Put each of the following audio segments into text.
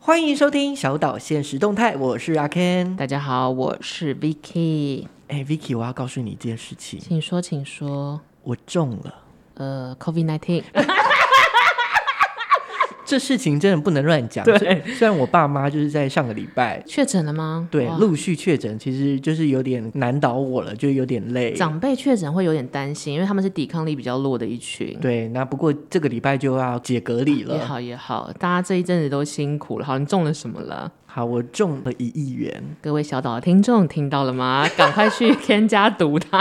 欢迎收听小岛现实动态，我是阿 Ken。大家好，我是 Vicky，哎，Vicky，我要告诉你一件事情，请说，请说。我中了，呃，COVID nineteen，这事情真的不能乱讲。对虽虽然我爸妈就是在上个礼拜确诊了吗？对哇陆续确诊，其实就是有点难倒我了，就有点累。长辈确诊会有点担心，因为他们是抵抗力比较弱的一群。对，那不过这个礼拜就要解隔离也了。好也好，大家这一阵子都辛苦了。好，你中了什么了？好，我中了一亿元。各位小岛的听众听到了吗？赶快去 Ken 家读它。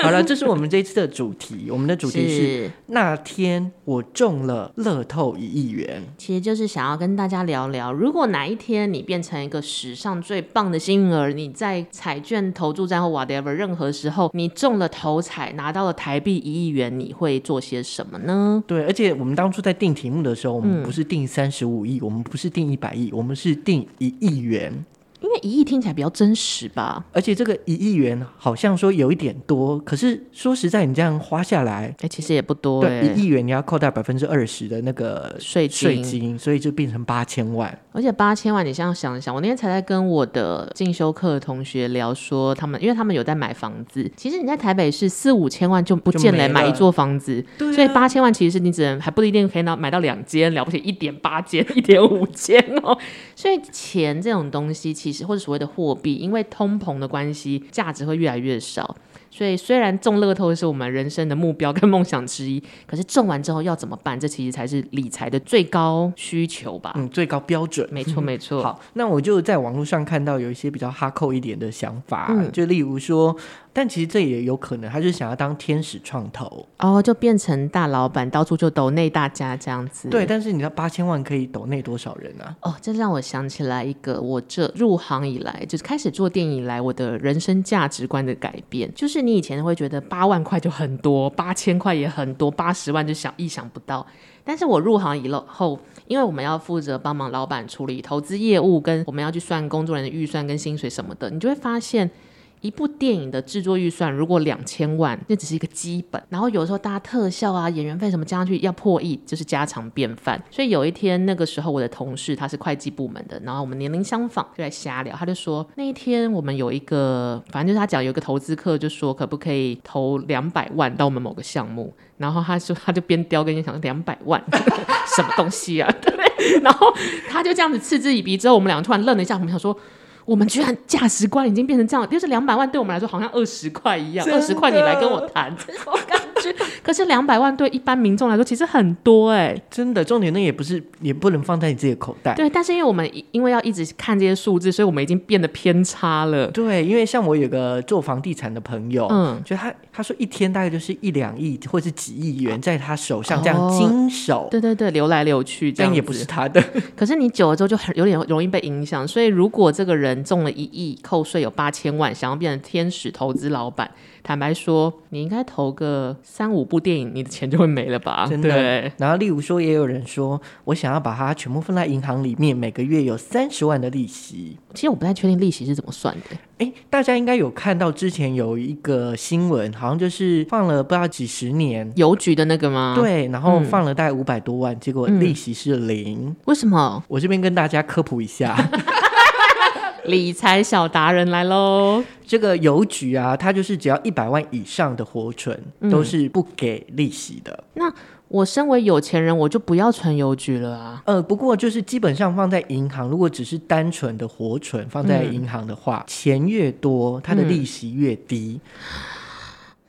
好了，这是我们这一次的主题，我们的主题是那天我中了乐透一亿元。其实就是想要跟大家聊聊，如果哪一天你变成一个史上最棒的幸运儿，你在彩券投注站或 whatever 任何时候，你中了头彩，拿到了台币一亿元，你会做些什么呢？对，而且我们当初在定题目的时候，我们嗯不是定三十五亿，我们不是定一百亿，我们是定一亿元。因为一亿听起来比较真实吧？而且这个一亿元好像说有一点多，可是说实在，你这样花下来，哎、其实也不多哎、对一亿元你要扣掉百分之二十的那个税税金金，所以就变成八千万。而且八千万，你想想一想，我那天才在跟我的进修课的同学聊说，他们因为他们有在买房子，其实你在台北市四五千万就不见就没了了买一座房子，对啊所以八千万其实你只能还不一定可以拿买到两间，了不起一点八间、一点五间哦。所以钱这种东西，其实或者所谓的货币，因为通膨的关系，价值会越来越少。所以虽然中乐透是我们人生的目标跟梦想之一，可是中完之后要怎么办？这其实才是理财的最高需求吧。嗯，最高标准。啊 没错，没错。好，那我就在网络上看到有一些比较哈扣一点的想法，嗯就例如说，但其实这也有可能，他就是想要当天使创投，哦，就变成大老板，到处就抖内大家这样子。对，，但是你知道八千万可以抖内多少人啊？哦，这让我想起来一个，我这入行以来，就是开始做电影以来，我的人生价值观的改变，就是你以前会觉得八万块就很多，八千块也很多，八十万就想意想不到。但是我入行以后，因为我们要负责帮忙老板处理投资业务，跟我们要去算工作人员的预算跟薪水什么的，你就会发现。一部电影的制作预算如果两千万，那只是一个基本，然后有的时候大家特效啊、演员费什么加上去要破亿，就是家常便饭。所以有一天，那个时候我的同事他是会计部门的，然后我们年龄相仿，就在瞎聊，他就说那一天我们有一个，反正就是他讲有一个投资客就说可不可以投两百万到我们某个项目，然后他说他就边叼根烟想两百万 什么东西啊， 对，然后他就这样子嗤之以鼻，之后我们两个突然愣了一下，我们想说。我们居然价值观已经变成这样，就是两百万对我们来说好像二十块一样，真的二十块你来跟我谈这种感觉。 可是两百万对一般民众来说其实很多哎、真的，重点那也不是，也不能放在你自己的口袋。对。但是因为我们一因为要一直看这些数字，所以我们已经变得偏差了。对，因为像我有个做房地产的朋友，嗯就他他说一天大概就是一两亿或是几亿元在他手上哦这样经手，对对对，流来流去这但样子也不是他的。可是你久了之后就很有点容易被影响，所以如果这个人中了一亿，扣税有八千万，想要变成天使投资老板，坦白说，你应该投个三五部电影，你的钱就会没了吧？真的对然后例如说，也有人说我想要把它全部放在银行里面，每个月有三十万的利息。其实我不太确定利息是怎么算的。哎，大家应该有看到之前有一个新闻，好像就是放了不知道几十年，邮局的那个吗？，对，然后嗯放了大概五百多万，结果嗯利息是零。为什么我这边跟大家科普一下。理财小达人来喽？这个邮局啊，它就是只要一百万以上的活存、嗯都是不给利息的。我身为有钱人，我就不要存邮局了啊！呃，不过就是基本上放在银行，如果只是单纯的活存放在嗯银行的话，钱越多，它的利息越低。嗯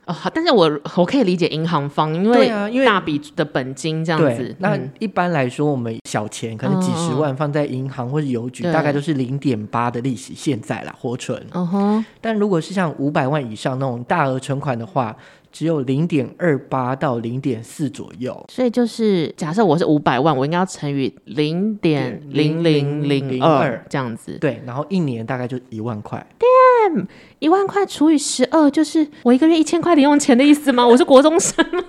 哦，好但是我我可以理解银行方，因为对啊因为大笔的本金这样对子，，那嗯哦一般来说，我们小钱可能几十万放在银行或者邮局，对大概都是零点八的利息。现在啦，活存。嗯哼，但如果是像五百万以上那种大额存款的话，只有零点二八到零点四左右。所以就是假设我是五百万，我应该要乘以零点零零零0.0002二这样子，对，然后一年大概就一万块。一万块除以十二，就是我一个月一千块零用钱的意思 吗？我是国中生吗？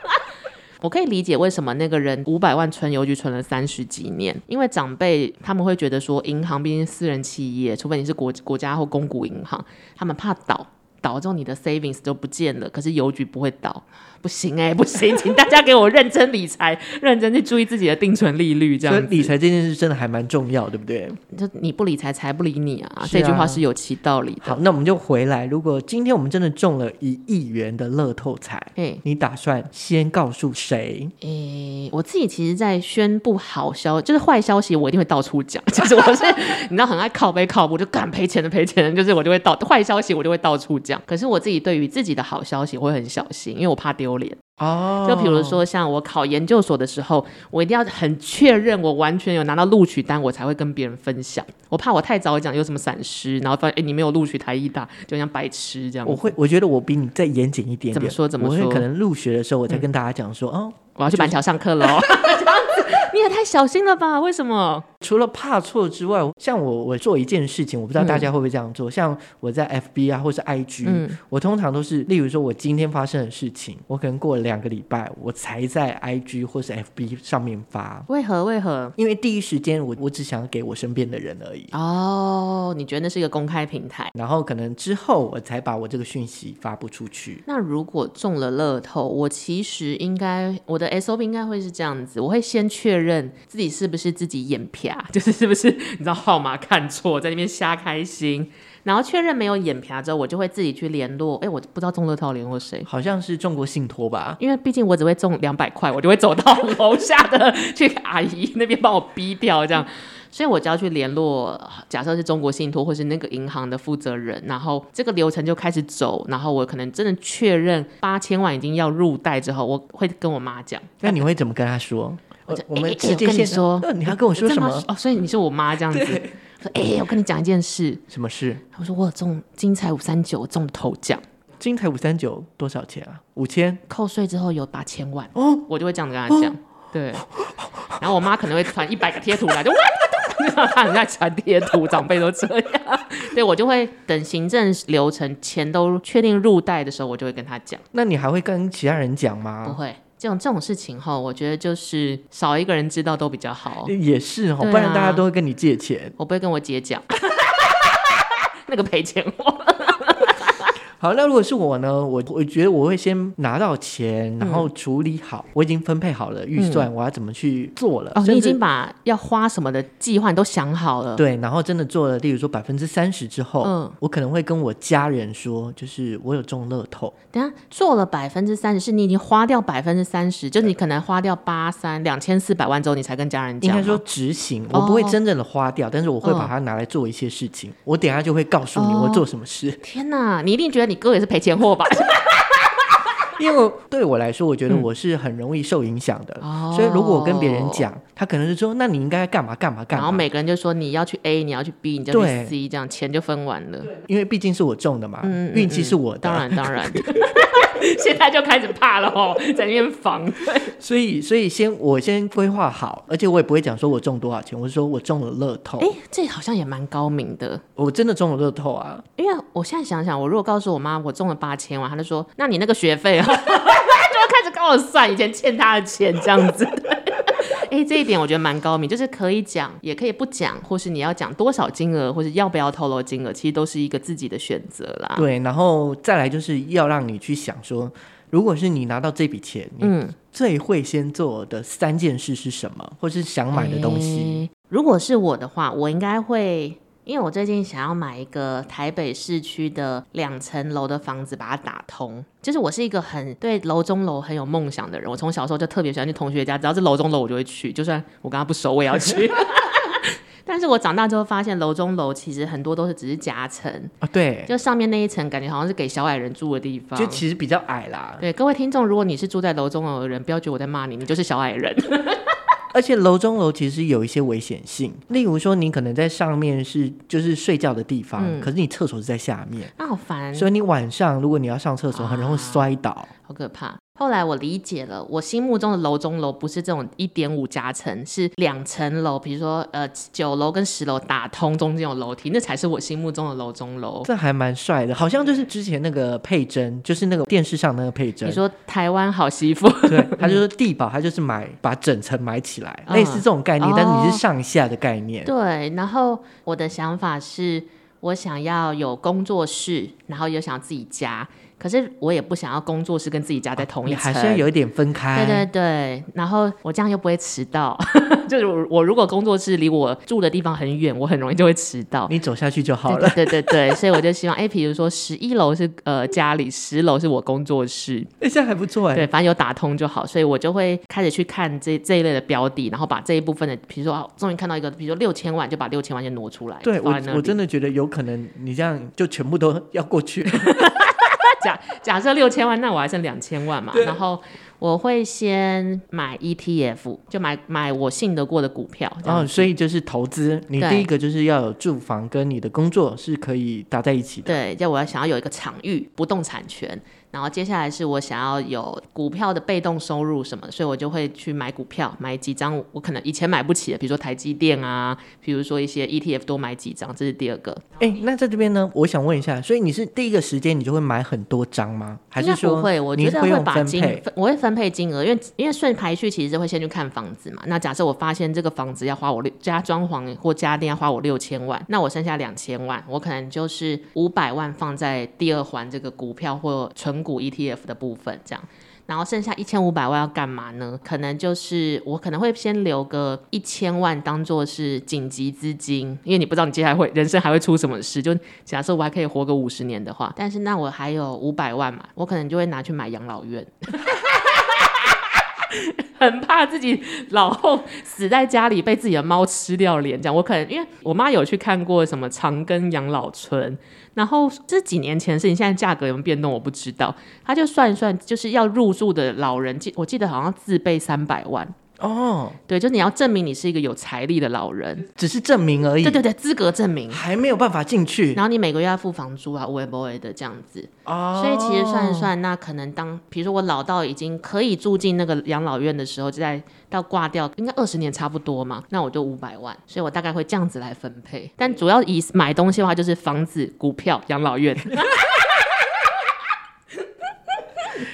我可以理解为什么那个人五百万存邮局存了三十几年，因为长辈他们会觉得说，银行毕竟是私人企业，除非你是国国家或公股银行，他们怕倒。倒了之后，你的 savings 都不见了，可是邮局不会倒，不行哎、不行，请大家给我认真理财， 认真去注意自己的定存利率，这所以样子。理财这件事真的还蛮重要，对不对？就你不理财，财不理你啊，是这句啊话是有其道理的。好，那我们就回来。如果今天我们真的中了一亿元的乐透彩，哎、你打算先告诉谁？诶，我自己其实，在宣布好消就是坏消息，我一定会到处讲。 就是我是你知道很爱靠背靠步，就敢赔钱的赔钱，就是我就会到坏消息，我就会到处讲。可是我自己对于自己的好消息，我会很小心，因为我怕丢脸。哦就比如，说像我考研究所的时候，我一定要很确认我完全有拿到录取单，我才会跟别人分享。我怕我太早讲有什么闪失，然后发现哎你没有录取台艺大，就像白痴这样子。我会，我觉得我比你再严谨一点点。怎么说怎么我会说可能入学的时候，我再跟大家讲说，哦，我要去板桥上课喽。 这样子你也太小心了吧？为什么？除了怕错之外，像我我做一件事情，我不知道大家会不会这样做。像我在 FB 啊，或是 IG，、嗯我通常都是，例如说我今天发生的事情，我可能过了两个礼拜，我才在 IG 或是 FB 上面发，为何？为何？因为第一时间我我只想给我身边的人而已。哦，你觉得那是一个公开平台？然后可能之后我才把我这个讯息发布出去。那如果中了乐透，我其实应该我的 SOP 应该会是这样子，我会先确认自己是不是自己眼瞎， 就是是不是你知道号码看错，在那边瞎开心，然后确认没有眼瞎之后，我就会自己去联络。哎，我不知道中乐透联络谁。好像是中国信托吧？因为毕竟我只会中两百块，我就会走到楼下的去阿姨那边帮我逼掉这样，所以我就要去联络，假设是中国信托或是那个银行的负责人，然后这个流程就开始走，然后我可能真的确认八千万已经要入袋之后，我会跟我妈讲，那你会怎么跟他说？我呃就我哎们哎直我接跟你先说呃你要跟我说真什的吗么？哦，所以你是我妈 这样子，说哎、我跟你讲一件事，什么事？我说我有中金彩五三九，我中了头奖，金台五三九多少钱啊？五千？扣税之后有八千万。哦，我就会这样子跟他讲，对。然后我妈可能会传一百个贴图来，就哇，哇哇哇怕人家传贴图，长辈都这样。对我就会等行政流程钱都确定入袋的时候，我就会跟他讲，那你还会跟其他人讲不吗？会。这种这种事情哈，我觉得就是少一个人知道都比较好。也是哦，对啊不然大家都会跟你借钱。我不会跟我姐讲， 那个赔钱货。好，那如果是我呢？我我觉得我会先拿到钱，然嗯后处理好，我已经分配好了预算，我要怎么去做了，哦，你甚已至经把要花什么的计划你都想好了。对，然后真的做了，例如说百分之三十之后，嗯我可能会跟我家人说，就是我有中乐透，等一下做了百分之三十，是你已经花掉百分之三十，就你可能花掉八三两千四百万之后，你才跟家人应讲吗。该说执行，我哦不会真正的花掉，但是我会把它拿来做一些事情。我等一下就会告诉你嗯哦我做什么事，天哪，你一定觉得你哥也是赔钱货 吧？啊因为对我来说，我觉得我是很容易受影响的，嗯哦所以如果我跟别人讲，他可能是说，那你应该干嘛干嘛干然后嘛，每个人就说你要去 A，你要去 B，你就要对去 C，这样钱就分完了。因为毕竟是我中的嘛，嗯嗯运气是我的，当然，当然， 现在就开始怕了哦，在那边防。所以所以先我先规划好，而且我也不会讲说我中多少钱，我是说我中了乐透，哎，这好像也蛮高明的。我真的中了乐透啊，因为我现在想想，我如果告诉我妈我中了八千万，她就说：“那你那个学 费啊，就开始跟我算以前欠她的钱这样子。” 哎、这一点我觉得蛮高明，就是可以讲，也可以不讲，或是你要讲多少金额，或是要不要透露金额，其实都是一个自己的选择啦。对，然后再来就是要让你去想说，如果是你拿到这笔钱，你嗯，最会先做的三件事是什么，或是想买的东西？诶如果是我的话，我应该会，因为我最近想要买一个台北市区的两层楼的房子，把它打通。就是我是一个很对楼中楼很有梦想的人，我从小时候就特别喜欢去同学家，只要是楼中楼我就会去，就算我跟他不熟我也 要去。但是我长大之后发现，楼中楼其实很多都是只是夹层，啊，对，就哦上面那一层感觉好像是给小矮人住的地方就。其实比较矮啦，对各位听众，如果你是住在楼中楼的人，不要觉得我在骂你，你就是小 矮人。而且楼中楼其实有一些危险性，例如说你可能在上面是就是睡觉的地方，嗯可是你厕所是在下面，那好烦。所以你晚上如果你要上厕所，很容易啊摔倒。好可怕。后来我理解了，我心目中的楼中楼不是这种一点五夹层，是两层楼，比如说呃九楼跟十楼打通，中间有楼梯，那才是我心目中的楼中楼。这还蛮帅的，好像就是之前那个佩珍，就是那个电视上那个佩珍你，说台湾好媳妇， 对，他就是地堡，他就是买把整层埋起来，嗯类似这种概念，但是你哦 是上下的概念。对。然后我的想法是，我想要有工作室，然后又想自己家，可是我也不想要工作室跟自己家在同哦一你还层。是要有一点分开。对对对，然后我这样又不会迟到， 就是我我如果工作室离我住的地方很远，我很容易就会迟到。你走下去就好了。对对对对，对所以我就希望，哎，比如说十一楼是呃家里，十楼是我工作室， 哎，这样还不错哎。对，反正有打通就好，所以我就会开始去看这这一类的标的，然后把这一部分的，比如说、啊、终于看到一个，比如说六千万，就把六千万就挪出来。对我放在那，里我真的觉得有可能你这样就全部都要过去了。 假假设六千万，那我还剩两千万嘛，然后我会先买 ETF，就买买我信得过的股票。这然样后，哦所以就是投资，你对第一个就是要有住房跟你的工作是可以搭在一起的。对，要我要想要有一个场域不动产权，然后接下来是我想要有股票的被动收入什么，所以我就会去买股票，买几张我可能以前买不起的，比如说台积电啊，比如说一些 ETF 多买几张，这是第二个。哎，那在这边呢，我想问一下，所以你是第一个时间你就会买很多张吗？还应是该不说会，我你觉得会会用把分金配，分我会分配金额，因为因为顺排序其实是会先去看房子嘛。那假设我发现这个房子要花我六加装潢或家电要花我六千万，那我剩下两千万，我可能就是五百万放在第二环这个股票或纯股 ETF 的部分这样。然后剩下一千五百万要干嘛呢？可能就是我可能会先留个一千万当做是紧急资金，因为你不知道你接下来会人生还会出什么事。就假设我还可以活个五十年的话，但是那我还有五百万嘛，我可能就会拿去买养老院。 很怕自己老后死在家里被自己的猫吃掉脸，这样我可能因为我妈有去看过什么长庚养老村，然后这几年前的事情，现在价格有没有变动我不知道。他就算一算，就是要入住的老人，记我记得好像自备三百万，哦，对，就是你要证明你是一个有财力的老人，只是证明而已对，对对，资格证明。还没有办法进去然后你每个月要付房租啊，无为不为的这样子，哦。所以其实算一算，那可能当比如说我老到已经可以住进那个养老院的时候，就在到挂掉，应该二十年差不多嘛，那我就五百万，所以我大概会这样子来分配。但主要以买东西的话，就是房子、股票、养老 院。哎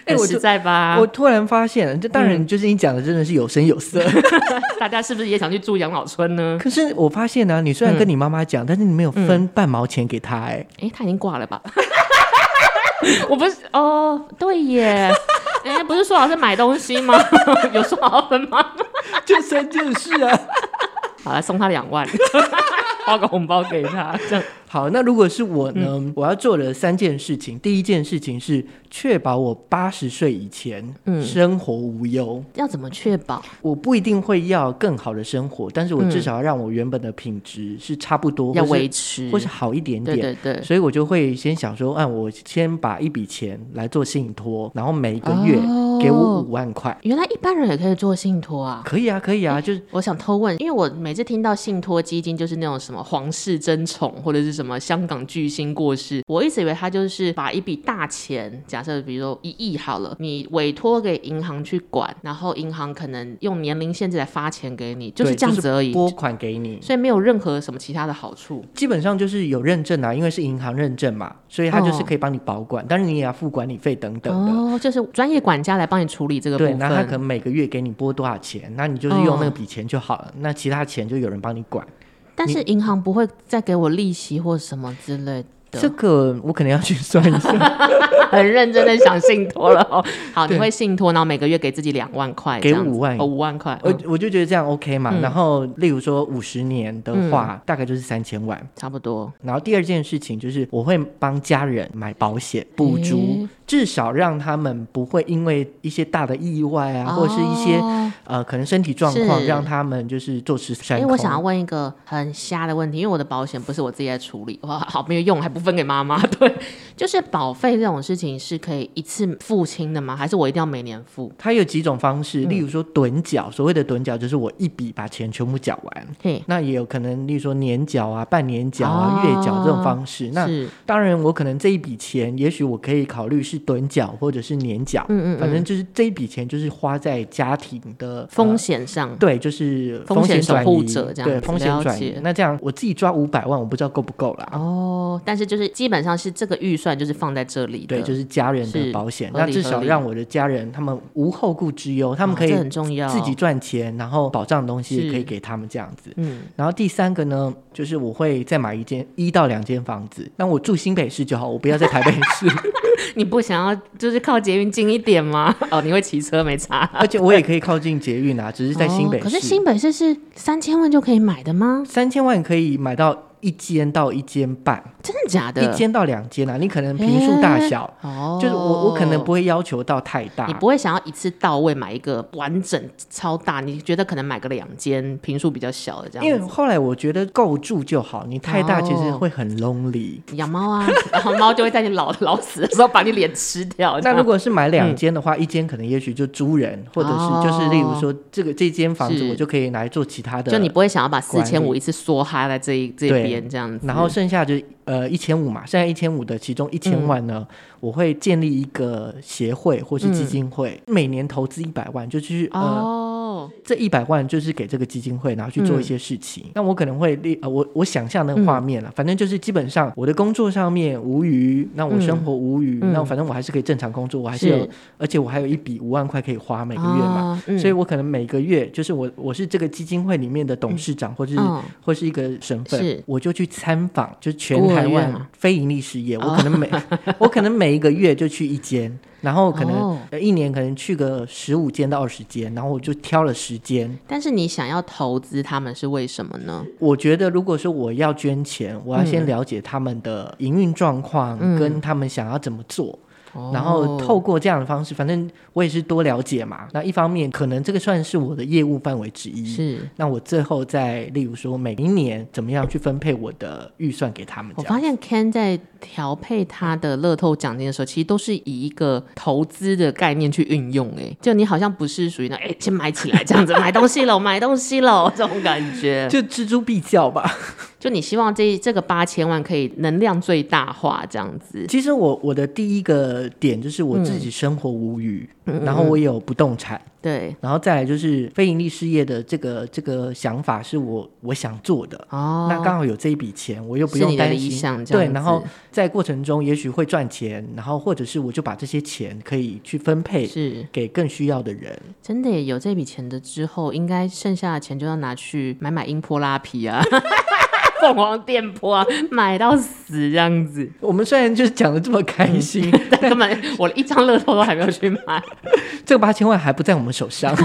哎，我我就实在嗯吧我，突然发现，这当然就是你讲的真的是有声有 色。大家是不是也想去住养老村呢？可是我发现呢、你虽然跟你妈妈讲，但是你没有分半毛钱给她、 哎、哎，他已经挂了吧？我不是哦，对 耶，哎，不是说好是买东西吗？ 有说好要分吗？ 就三件事啊。好了，送他两万， 包个红包给他，这样好，那如果是我呢？嗯我要做的三件事情，第一件事情是确保我八十岁以前、嗯生活无忧。要怎么确保？我不一定会要更好的生活，但是我至少要让我原本的品质是差不多，嗯要或是维持，或是好一点对点。对对，所以我就会先想说，啊，我先把一笔钱来做信托，然后每个月哦给我五万块，原来一般人也可以做信托啊。可以啊，可以啊，就是我想偷问，因为我每次听到信托基金就是那种什么皇室争宠或者是什么香港巨星过世，我一直以为他就是把一笔大钱，假设比如说一亿好了，你委托给银行去管，然后银行可能用年龄限制来发钱给你，就是对这样子而已，拨款给你，所以没有任何什么其他的好处。基本上就是有认证啊，因为是银行认证嘛，所以它就是哦可以帮你保管，但是你也要付管理费等等的。哦，就是专业管家来帮你处理这个部对，分。那他可能每个月给你拨多少钱，那你就是用那笔钱就好了，那其他钱就有人帮你管。但是银行不会再给我利息或什么之类这的，个我可能要去算一 下，很认真的想信托了哦。好，对你会信托，然后每个月给自己两万块这给样子，五万哦，五万块，我嗯我就觉得这样 OK 嘛。嗯然后，例如说五十年的话，大概就是三千万。差不多。然后第二件事情就是，我会帮家人买保险补足，诶至少让他们不会因为一些大的意外啊，或者是一些哦呃可能身体状况，是让他们就是坐吃山因为空。我想要问一个很瞎的问题，因为我的保险不是我自己在处理，哇，好没有用，还不分给妈 妈。对，就是保费这种事情是可以一次付清的吗？还是我一定要每年付？它有几种方嗯式，例如说趸缴，所谓的趸缴就是我一笔把钱全部缴完。嘿，那也有可能，例如说年缴啊、半年缴啊、啊月缴这种方式。那是当然，我可能这一笔钱，也许我可以考虑是是趸缴或者是年缴，嗯嗯嗯反正就是这一笔钱就是花在家庭的风。呃险上，对，就是风险守转护移者这样对子风险了转移解。那这样我自己抓五百万，我不知道够不够啦。哦，但是就是基本上是这个预算就是放在这里的，对，就是家人是的保险，合那理至合少理让我的家人他们无后顾之忧，他们哦可以这很重要，自己赚钱，然后保障的东西也可以是给他们这样子。嗯然后第三个呢，就是我会再买一间一到两间房子，那我住新北市就好，我不要在台北 市，你不想要就是靠捷运近一点 吗？哦，你会骑车没差？而且我也可以靠近捷运啊，只是在新北哦市。可是新北市是三千万就可以买的吗？三千万可以买到一间到一间半，真的假的？一间到两间啊，你可能平数大小，哦，就是我我可能不。会要求到太大你。不会想要一次到位买一个完整超大，你觉得可能买个两间，平数比较小的这因为样子。后来我觉得够住就好，你太大其实哦会很 lonely。养猫啊， 然后猫就会在你老 老死的时候把你脸吃掉。这 那样如果是买两间的话，一间可能也许就租人，或者是就是例如说这个这间房子哦是我就可以拿来做其他的，就你不会想要把四管理千五一次梭哈在这一这对边这样子，然后剩下就是呃一千五嘛，剩下一千五的其中一千万呢，嗯我会建立一个协会或是基金会，每年投资一百万，就去呃、哦，这一百万就是给这个基金会，然后去嗯做一些事情。那我可能会立呃我我想象的画面了，反正就是基本上我的工作上面无余，那我生活无余，嗯那反正我还是可以正常工作，我还是有，是而且我还有一笔五万块可以花呃每个月嘛。啊嗯所以我可能每个月就是我我是这个基金会里面的董事长，或是、嗯或是一个身份是，我就去参访，就是全孤儿台院湾啊非盈利事业，我可能哦每 我可能每一个月就去一间，然后可能、哦呃一年可能去个十五间到二十间，然后我就挑了十间。但是你想要投资他们是为什么呢？我觉得如果说我要捐钱，我要先了解他们的营运状况，嗯跟他们想要怎么做。然后透哦过这样的方式，反正我也是多了解嘛。那一方面，可能这个算是我的业务范围之一。是。那我最后再，例如说每一年怎么样去分配我的预算给他们，我这发样。现 Ken 在调配他的乐透奖金的时候，其实都是以一个投资的概念去运用、哎，就你好像不是属于那哎、先买起来 这样子，买东西了，买东西了这种感觉。就锱铢必较吧。就你希望这这个八千万可以能量最大化这样子，其实我我的第一个点就是我自己生活无余，嗯然后我有不动产，对，然后再来就是非盈利事业的这个这个想法是我我想做的。哦，那刚好有这一笔钱，我又不是用你的担理心。想这样对，子然后在过程中也许会赚钱，然后或者是我就把这些钱可以去分配是给更需要的人。真的耶有这笔钱的之后，应该剩下的钱就要拿去买买英波拉皮啊。 凤凰电波啊，买到死这样子，我们虽然就是讲的这么开心，但根本我一张乐透都还没有去买，这个八千万还不在我们手 上。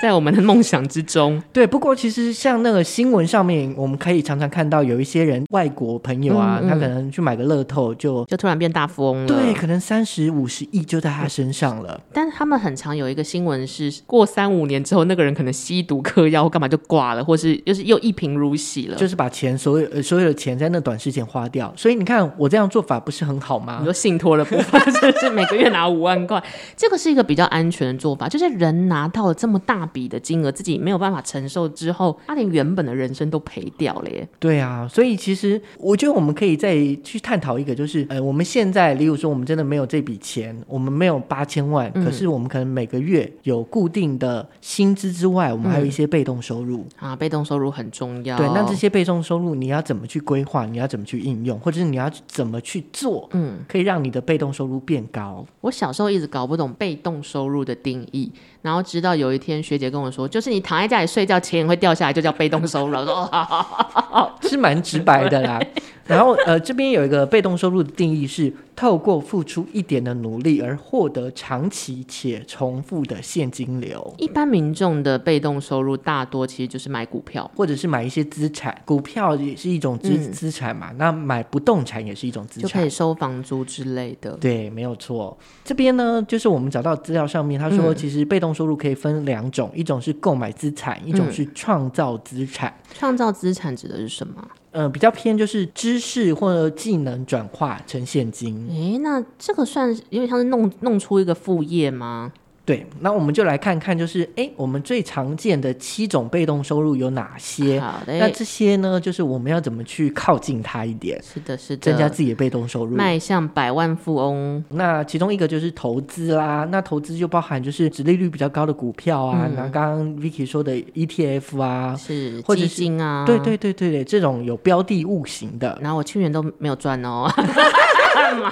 在我们的梦想之中，对，不过其实像那个新闻上面，我们可以常常看到有一些人外国朋友啊，嗯嗯他可能去买个乐透就。就突然变大富翁了。对，，可能三十五十亿就在他身上了。但他们很常有一个新闻是，过三五年之后，那个人可能吸毒、嗑药或干嘛就挂了，或是又是又一贫如洗了。就是把钱所有、呃、所有的钱在那短时间花掉，所以你看我这样做法不是很好你吗？说信托的部分， 就是每个月拿五万块，这个是一个比较安全的做法。就是人拿到了这么大笔的金额，自己没有办法承受之后，他连原本的人生都赔掉了耶。对啊，所以其实我觉得我们可以再去探讨一个，就是呃，我们现在，例如说我们真的没有这笔钱，我们没有八千万，嗯可是我们可能每个月有固定的薪资之外，我们还嗯有一些被动收入。啊，被动收入很重要。对，那这些被动收入你要怎么去规划？你要怎么去应用？或者是你要怎么去做？嗯，可以让你的被动收入变高。我小时候一直搞不懂被动收入的定义，然后直到有一天学姐跟我说，就是你躺在家里睡觉，钱也会掉下来，就叫被动收入。我 说哦，好好好是蛮直白的啦。然后呃，这边有一个被动收入的定义是透过付出一点的努力而获得长期且重复的现金流，一般民众的被动收入大多其实就是买股票。或者是买一些资产，股票也是一种资、嗯资产嘛，那买不动产也是一种资就可产以。收房租之类的，对，没有错。这边呢，就是我们找到资料上面，他说其实被动收入可以分两种，一种是购买资产，一种是创造资产。创造资产指的是什么啊？嗯、呃，比较偏就是知识或者技能转化成现金。诶，那这个算是有点像是弄弄出一个副业吗？对，那我们就来看看，就是哎，我们最常见的七种被动收入有哪些？好那嘞，这些呢，就是我们要怎么去靠近它一点，是的，是的，增加自己的被动收入。迈向百万富翁。那其中一个就是投资啦，那投资就包含就是殖利率比较高的股票啊，嗯那、刚刚 Vicky 说的 ETF 啊，是或者基是金啊，对对对对对，这种有标的物型的然后我去年都没有赚哦，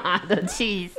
妈的，气死！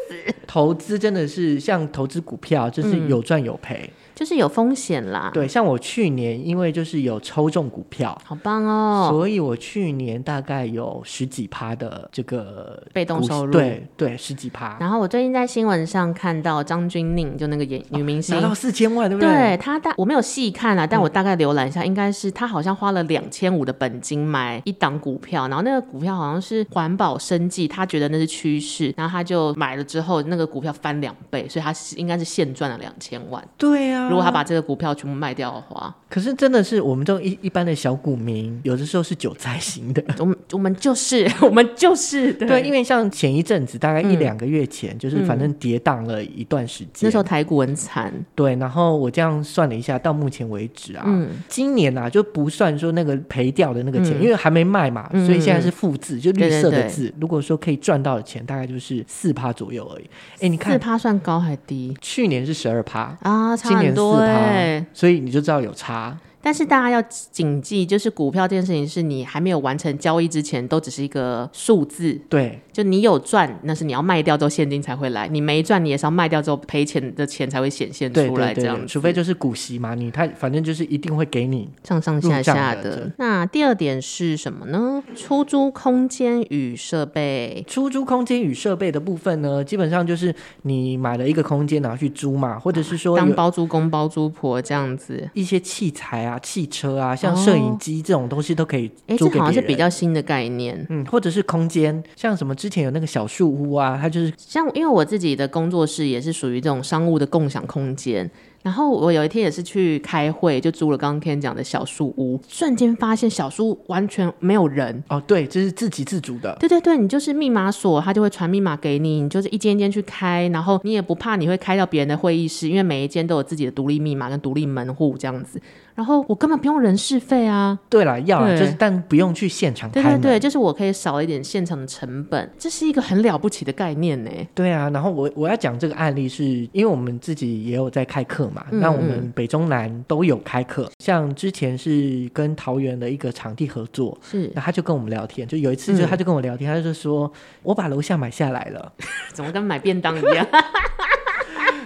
投资，真的是像投资股票，就是有赚有赔。就是有风险啦，对，像我去年因为就是有抽中股票，好棒哦，所以我去年大概有十几趴的这个被动股收入对对，十几趴，然后我最近在新闻上看到张钧甯，就那个演女明星拿，到四千万，对不对她大我没有细看啦，但我大概浏览一下，应该是她好像花了两千五的本金买一档股票，然后那个股票好像是环保生计，她觉得那是趋势，然后她就买了之后，那个股票翻两倍，所以她是应该是现赚了两千万。对啊，如果她把这个股票全部卖掉的话，可是真的是我们这种一一般的小股民，有的时候是韭菜型的。我们我们就是 我们就是对嗯对，因为像前一阵子，大概一两个月前，就是反正跌宕了一段时间。那时候台股很惨，对，然后我这样算了一下，到目前为止啊，嗯，今年啊就不算说那个赔掉的那个钱，嗯因为还没卖嘛，嗯所以现在是负字，就绿色对对的对字。如果说可以赚到的钱，大概就是四趴左右而已。哎，你四看趴算高还低去年是十二趴，啊？差今年很四多哎、趴，所以你就知道有差。但是大家要谨记，就是股票这件事情，是你还没有完成交易之前，都只是一个数字。对，就你有赚，那是你要卖掉之后现金才会来；你没赚，你也是要卖掉之后赔钱的钱才会显现对出对来。这对样对，子除非就是股息嘛，你他反正就是一定会给你上上下下入账的的。那第二点是什么呢？出租空间与设备。出租空间与设备的部分呢，基本上就是你买了一个空间然后去租嘛，或者是说啊当有包租公、包租婆这样子，一些器材啊、汽车啊，像哦摄影机这种东西都可以哎、这租给好像别人。是比较新的概念。嗯，或者是空间，像什么之前有那个小树屋啊，它就是像因为我自己的工作室也是属于这种商务的共享空间，然后我有一天也是去开会，就租了刚刚 Ken 讲的小树屋，瞬间发现小树屋完全没有人。哦，对，这是自给自足的。对对对，你就是密码锁，它就会传密码给你，你就是一间一间去开，然后你也不怕你会开到别人的会议室，因为每一间都有自己的独立密码跟独立门户这样子。然后我根本不用人事费啊，对啦，要啦，对就是但不用去现场对开对门。对，就是我可以少一点现场的成本，这是一个很了不起的概念呢。对啊，然后我我要讲这个案例是，因为我们自己也有在开课嘛，嗯那我们北中南都有开课，像之前是跟桃园的一个场地合作，是，那他就跟我们聊天，就有一次，就嗯他就跟我聊天，他就说我把楼下买下来了。 怎么跟买便当一样？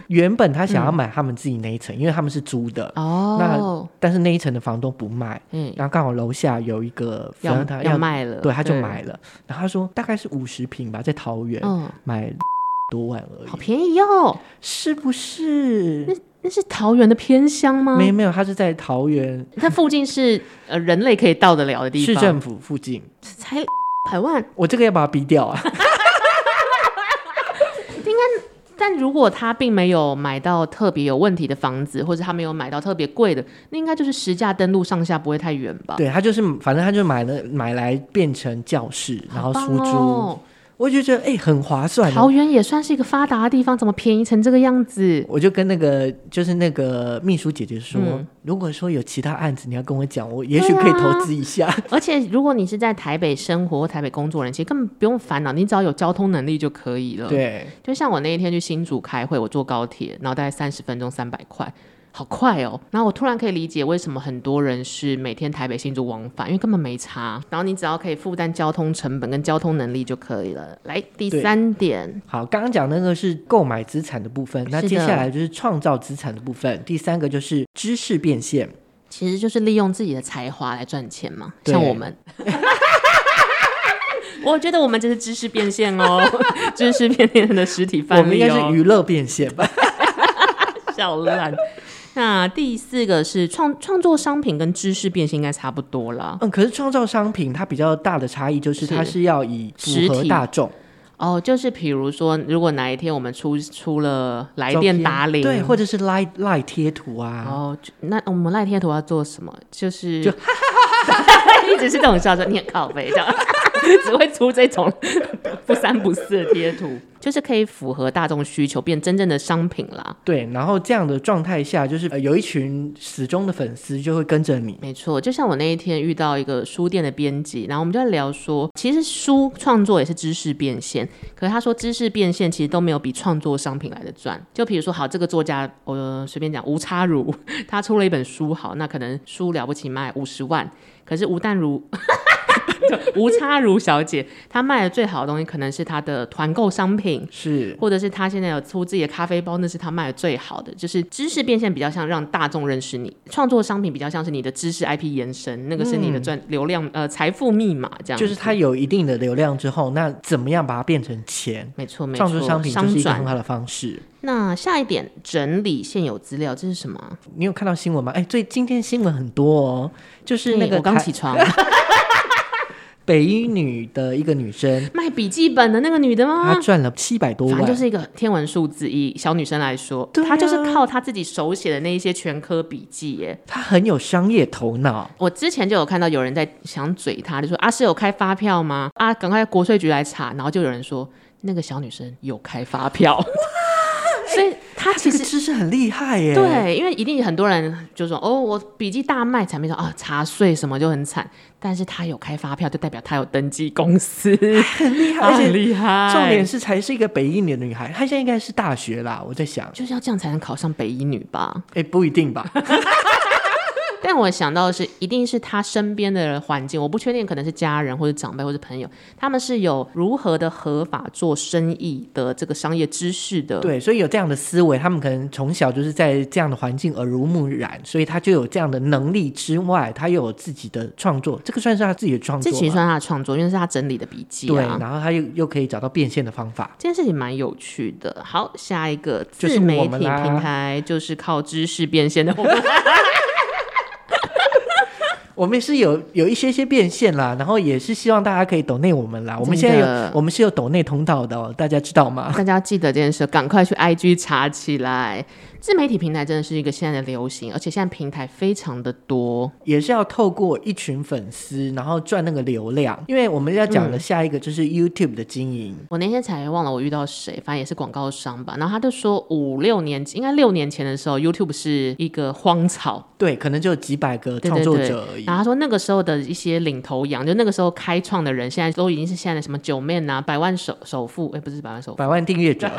原本他嗯想要买他们自己那一层，因为他们是租的，哦，但是那一层的房东不卖，嗯，然后刚好楼下有一个要房他要卖了，对，他就买了。然后他说大概是五十平吧，在桃园、嗯，买多万而好已，便宜嗯哦，是不是？那是桃园的偏乡吗？没有没有，他是在桃园那附近是呃人类可以到得了的地市方，政府附近。才百万。我这个要把它逼掉 啊！但如果他并没有买到特别有问题的房子，或者他没有买到特别贵的，那应该就是实价登录上下不会太远吧？对他就是，反正他就买了买来变成教室，然后好出棒租。哦，我就觉得哎、很划算哦。桃园也算是一个发达的地方，怎么便宜成这个样子？我就跟那个就是那个秘书姐姐说，嗯如果说有其他案子你要跟我讲，我也许可以投资一下。而且如果你是在台北生活或台北工作的人，其实根本不用烦恼，你只要有交通能力就可以 了。对，就像我那一天去新竹开会，我坐高铁，然后大概三十分钟三百块，好快哦。然后我突然可以理解为什么很多人是每天台北新竹往返，因为根本没差。然后你只要可以负担交通成本跟交通能力就可以了。来，第对三点，好，刚刚讲那个是购买资产的部分，那是的接下来就是创造资产的部分。第三个就是知识变现，其实就是利用自己的才华来赚钱嘛，对像我们。 我觉得我们这是知识变现哦， 知识变现的实体我范们应例该哦是，娱乐变现 吧？笑烂。那第四个是创创作商品跟知识变现应该差不多啦。嗯，可是创造商品它比较大的差异就是是它是要以符合实体大众哦，就是比如说，如果哪一天我们出出了来照电片打铃，对，或者是赖赖贴图啊，哦，就那我们 赖贴图要做什么？就是就一直是这种笑声，你很靠背这样。只会出这种不三不四的贴图，就是可以符合大众需求，变真正的商品啦。对，然后这样的状态下，就是、呃、有一群死忠的粉丝就会跟着你。没错，就像我那一天遇到一个书店的编辑，然后我们就在聊说，其实书创作也是知识变现，可是他说知识变现其实都没有比创作商品来的赚。就比如说，好，这个作家，呃、随便讲吴差如， 他出了一本书，好，那可能书了不起卖五十万，可是吴淡如。 吴差如小姐，她卖的最好的东西可能是她的团购商品，是，或者是她现在有出自己的咖啡包，那是她卖的最好的。就是知识变现比较像让大众认识你，创作商品比较像是你的知识 IP 延伸，那个是你的赚流量、呃财富密码这样子。就是它有一定的流量之后，那怎么样把它变成钱？没错没错，创作商品就是一个商很转。好的方式。那下一点，整理现有资料，这是什么啊？你有看到新闻吗？哎，最今天新闻很多哦，就是那嘿个我刚台起床，北一女的一个女生， 卖笔记本的那个女的吗她？赚了七百多啊反正万，就是一个天文数字，以小女生来说，对啊她就是靠她自己手写的那一些全科笔记耶。她很有商业头脑。我之前就有看到有人在想嘴她，就说啊是有开发票吗？啊，赶快国税局来查。然后就有人说那个小女生有开发票， 所以她其这个实。知识很厉害耶，，对，因为一定很多人就说哦，我笔记大卖，产品说啊查税什么就很惨，但是她有开发票，就代表她有登记公 司，很厉害，她而很且厉害。重点是才是一个北一女的女孩，她现在应该是大学啦，我在想，就是要这样才能考上北医女吧？哎，不一定吧？但我想到的是，一定是他身边的环境，我不确定，可能是家人或者长辈或者朋友，他们是有如何的合法做生意的这个商业知识的。，对，所以有这样的思维，他们可能从小就是在这样的环境耳濡目染，所以他就有这样的能力之外，他又有自己的创作，这个算是他自己的创这作其嘛。实算他的创作，因为是他整理的笔记对，啊。然后他又又可以找到变现的方法。这件事情蛮有趣的。好，下一个就是自媒我体们啦平台就是靠知识变现的我们。 我们是有有一些些变现啦，然后也是希望大家可以抖内我们啦。我们真现的在有我们是有抖内通道的、哦，大家知道吗？ 大家记得这件事，赶快去 IG 查起来。自媒体平台真的是一个现在的流行，而且现在平台非常的多。也是要透过一群粉丝，然后赚那个流量，因为我们要嗯讲的下一个就是 YouTube 的经营。我那天才忘了我遇到谁，反正也是广告商吧。然后他就说五六年，应该六年前的时候，YouTube 是一个荒草。对，可能就有几百个对创对作对者而已。然后他说那个时候的一些领头羊，就那个时候开创的人，现在都已经是现在的什么九面啊、百万首首富，哎，不是百万首富， 百万订阅者，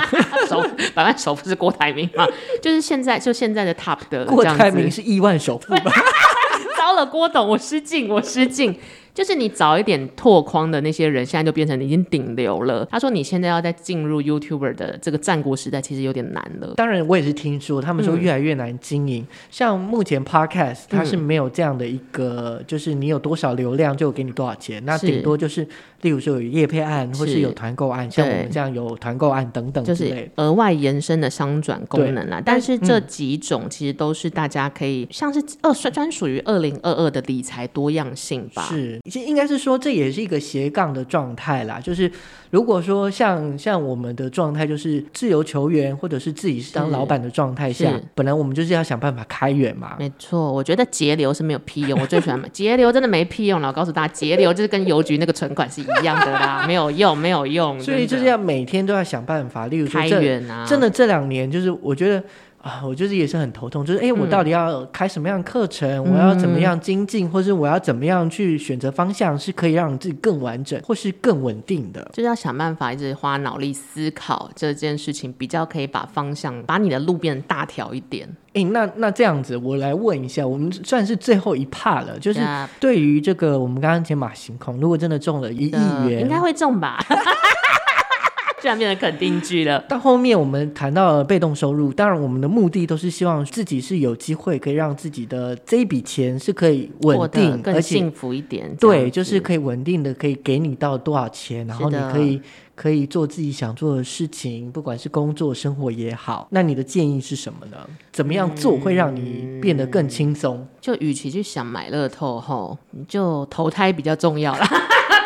首百万首富是郭台铭嘛？就是现在就现在的 top 的郭呃这样台子铭是亿万首富吧？ 糟了，郭董，我失敬，我失敬。就是你早一点拓框的那些人，现在就变成已经顶流了。他说你现在要再进入 YouTuber 的这个战国时代，其实有点难了。当然，我也是听说他们嗯说越来越难经营。像目前 Podcast，它是没有这样的一个，就是你有多少流量就给你多少钱，那是顶多就是，例如说有业配案，是或是有团购案，像我们这样有团购案等等就之类是的。嗯额外延伸的商转功能啦。但是但这几种其实都是大家可以像是二专专属于二零二二的理财多样性吧。是，其实应该是说这也是一个斜杠的状态啦。就是如果说像像我们的状态，就是自由球员或者是自己是当是老板的状态下是，嗯本来我们就是要想办法开源嘛。没错，我觉得节流是没有屁用，我最喜欢买 节流真的没屁用了。我告诉大家，节流就是跟邮局那个存款是一样的啦，没有用，没有用。所以就真是的要每天都要想办法，例如说开这源啊，真的这两年就是我觉得啊，我就是也是很头痛，就是哎、诶我嗯到底要开什么样的课程？我要怎么样精进，或是我要怎么样去选择方向，是可以让自己更完整或是更稳定的。就是要想办法一直花脑力思考这件事情，比较可以把方向，把你的路变得大条一点。哎、那那这样子，我来问一下，我们算是最后一趴了，就是那对于这个我们刚刚天马行空，如果真的中了一亿呃元，应该会中吧？ 居然变成肯定句了。到后面我们谈到了被动收入，当然我们的目的都是希望自己是有机会可以让自己的这一笔钱是可以过稳得定，更而且幸福一点，这对，样就是子可以稳定的可以给你到多少钱，然后你是的可以可以做自己想做的事情，不管是工作、生活也好。那你的建议是什么呢？怎么样做会让你变得更轻嗯松？就与其去想买乐透，吼，你就投胎比较重要啦。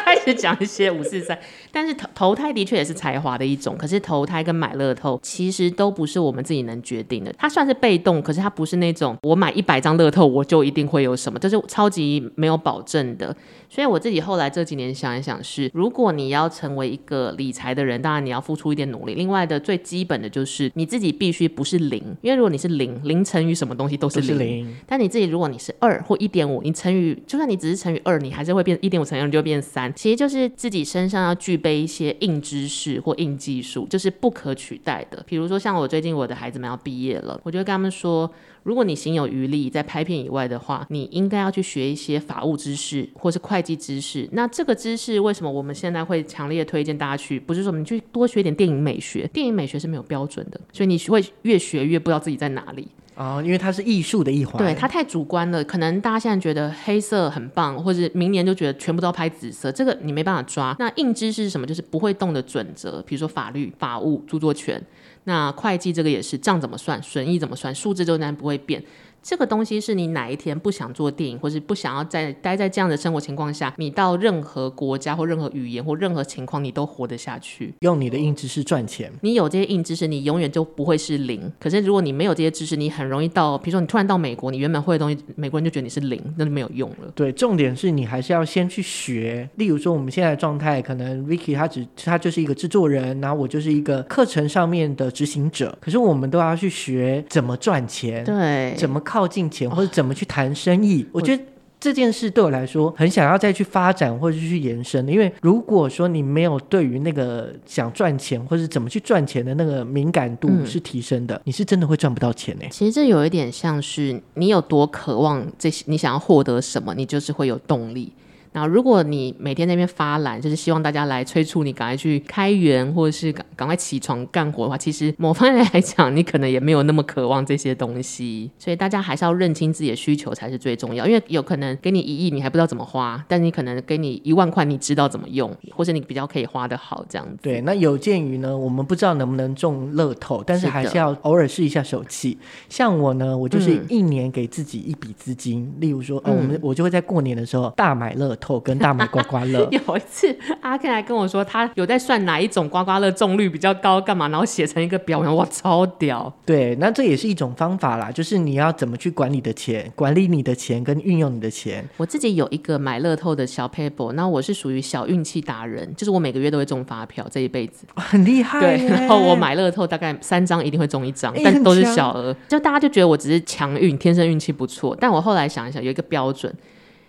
开始 去讲一些五四三。但是投投胎的确也是才华的一种，可是投胎跟买乐透其实都不是我们自己能决定的，它算是被动，可是它不是那种我买一百张乐透我就一定会有什么，这是超级没有保证的。所以我自己后来这几年想一想是，如果你要成为一个理财的人，当然你要付出一点努力。另外的最基本的就是你自己必须不是零，因为如果你是零，零乘以什么东西都是都是零。零，但你自己如果你是二或一点五，你乘以就算你只是乘以二，你还是会变一点五乘以二就会变三。其实就是自己身上要具备一些硬知识或硬技术，就是不可取代的。比如说像我最近我的孩子们要毕业了，我就会跟他们说，如果你行有余力，在拍片以外的话，你应该要去学一些法务知识或是会计知识。那这个知识为什么我们现在会强烈推荐大家去？不是说你去多学一点电影美学，电影美学是没有标准的，所以你会越学越不知道自己在哪里。哦，因为它是艺术的一环，对，它太主观了，可能大家现在觉得黑色很棒，或者明年就觉得全部都要拍紫色，这个你没办法抓。那硬知识是什么？就是不会动的准则，比如说法律、法务、著作权。那会计这个也是账怎么算，损益怎么算，数字就然不会变。这个东西是你哪一天不想做电影，或是不想要在待在这样的生活情况下，你到任何国家或任何语言或任何情况，你都活得下去。用你的硬知识赚钱。你有这些硬知识，你永远就不会是零。可是如果你没有这些知识，你很容易到，比如说你突然到美国，你原本会的东西，美国人就觉得你是零，那就没有用了。对，重点是你还是要先去学。例如说，我们现在的状态，可能 Vicky 他只他就是一个制作人，然后我就是一个课程上面的执行者。可是我们都要去学怎么赚钱，对怎么靠近哦钱，或者怎么去谈生意。我觉得。这件事对我来说，很想要再去发展或者是去延伸的，因为如果说你没有对于那个想赚钱或者怎么去赚钱的那个敏感度嗯是提升的，你是真的会赚不到钱呢、欸其实这有一点像是你有多渴望这些，你想要获得什么，你就是会有动力。那如果你每天在那边发懒，就是希望大家来催促你赶快去开源，或者是赶赶快起床干活的话，其实某方面来讲，你可能也没有那么渴望这些东西。所以大家还是要认清自己的需求才是最重要，因为有可能给你一亿，你还不知道怎么花，但你可能给你一万块，你知道怎么用，或者你比较可以花得好这样子。对，那有鉴于呢，我们不知道能不能中乐透，但是是的还是要偶尔试一下手气。像我呢，我就是嗯一年给自己一笔资金，例如说，呃，我们嗯我就会在过年的时候大买乐透跟大买刮刮 乐。有一次，阿 Ken 还跟我说，他有在算哪一种刮刮乐中率比较高，干嘛，然后写成一个表，我想哇，超屌！对，那这也是一种方法啦，就是你要怎么去管理的钱，管理你的钱跟运用你的钱。我自己有一个买乐透的小 paper，那我是属于小运气达人，就是我每个月都会中发票，这一辈子。哇很厉害对，耶然后我，买乐透大概三张一定会中一 张哎，但很都是强小额，就大家就觉得我只是强运，天生运气不错。但我后来想一想，有一个标准。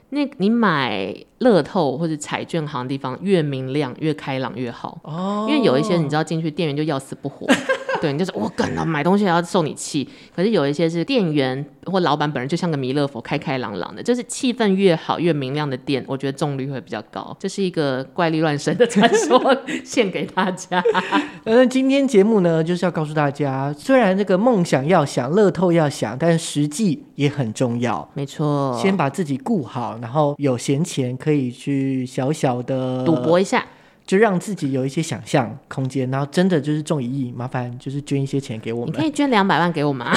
那你买乐透或者彩券行的地方越明亮越开朗越好哦因为有一些你知道进去店员就要死不活， 对，你就是我梗了，买东西还要受你气。可是有一些是店员或老板本人就像个弥勒佛，开开朗朗的，就是气氛越好越明亮的店，我觉得中率会比较高。这是一个怪力乱神的传说， 献给大家。呃那今天节目呢，就是要告诉大家，虽然这个梦想要想，乐透要想，但实际也很重要。没错，先把自己顾好，然后有闲钱可以去小小的赌，博一下。就让自己有一些想象空间。然后真的就是中一亿，麻烦就是捐一些钱给我你可们。以捐两百万给我们、啊，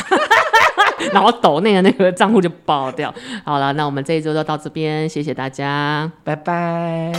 然后抖那个那个账户就爆掉。好了，那我们这一周就到这边，谢谢大家。拜拜。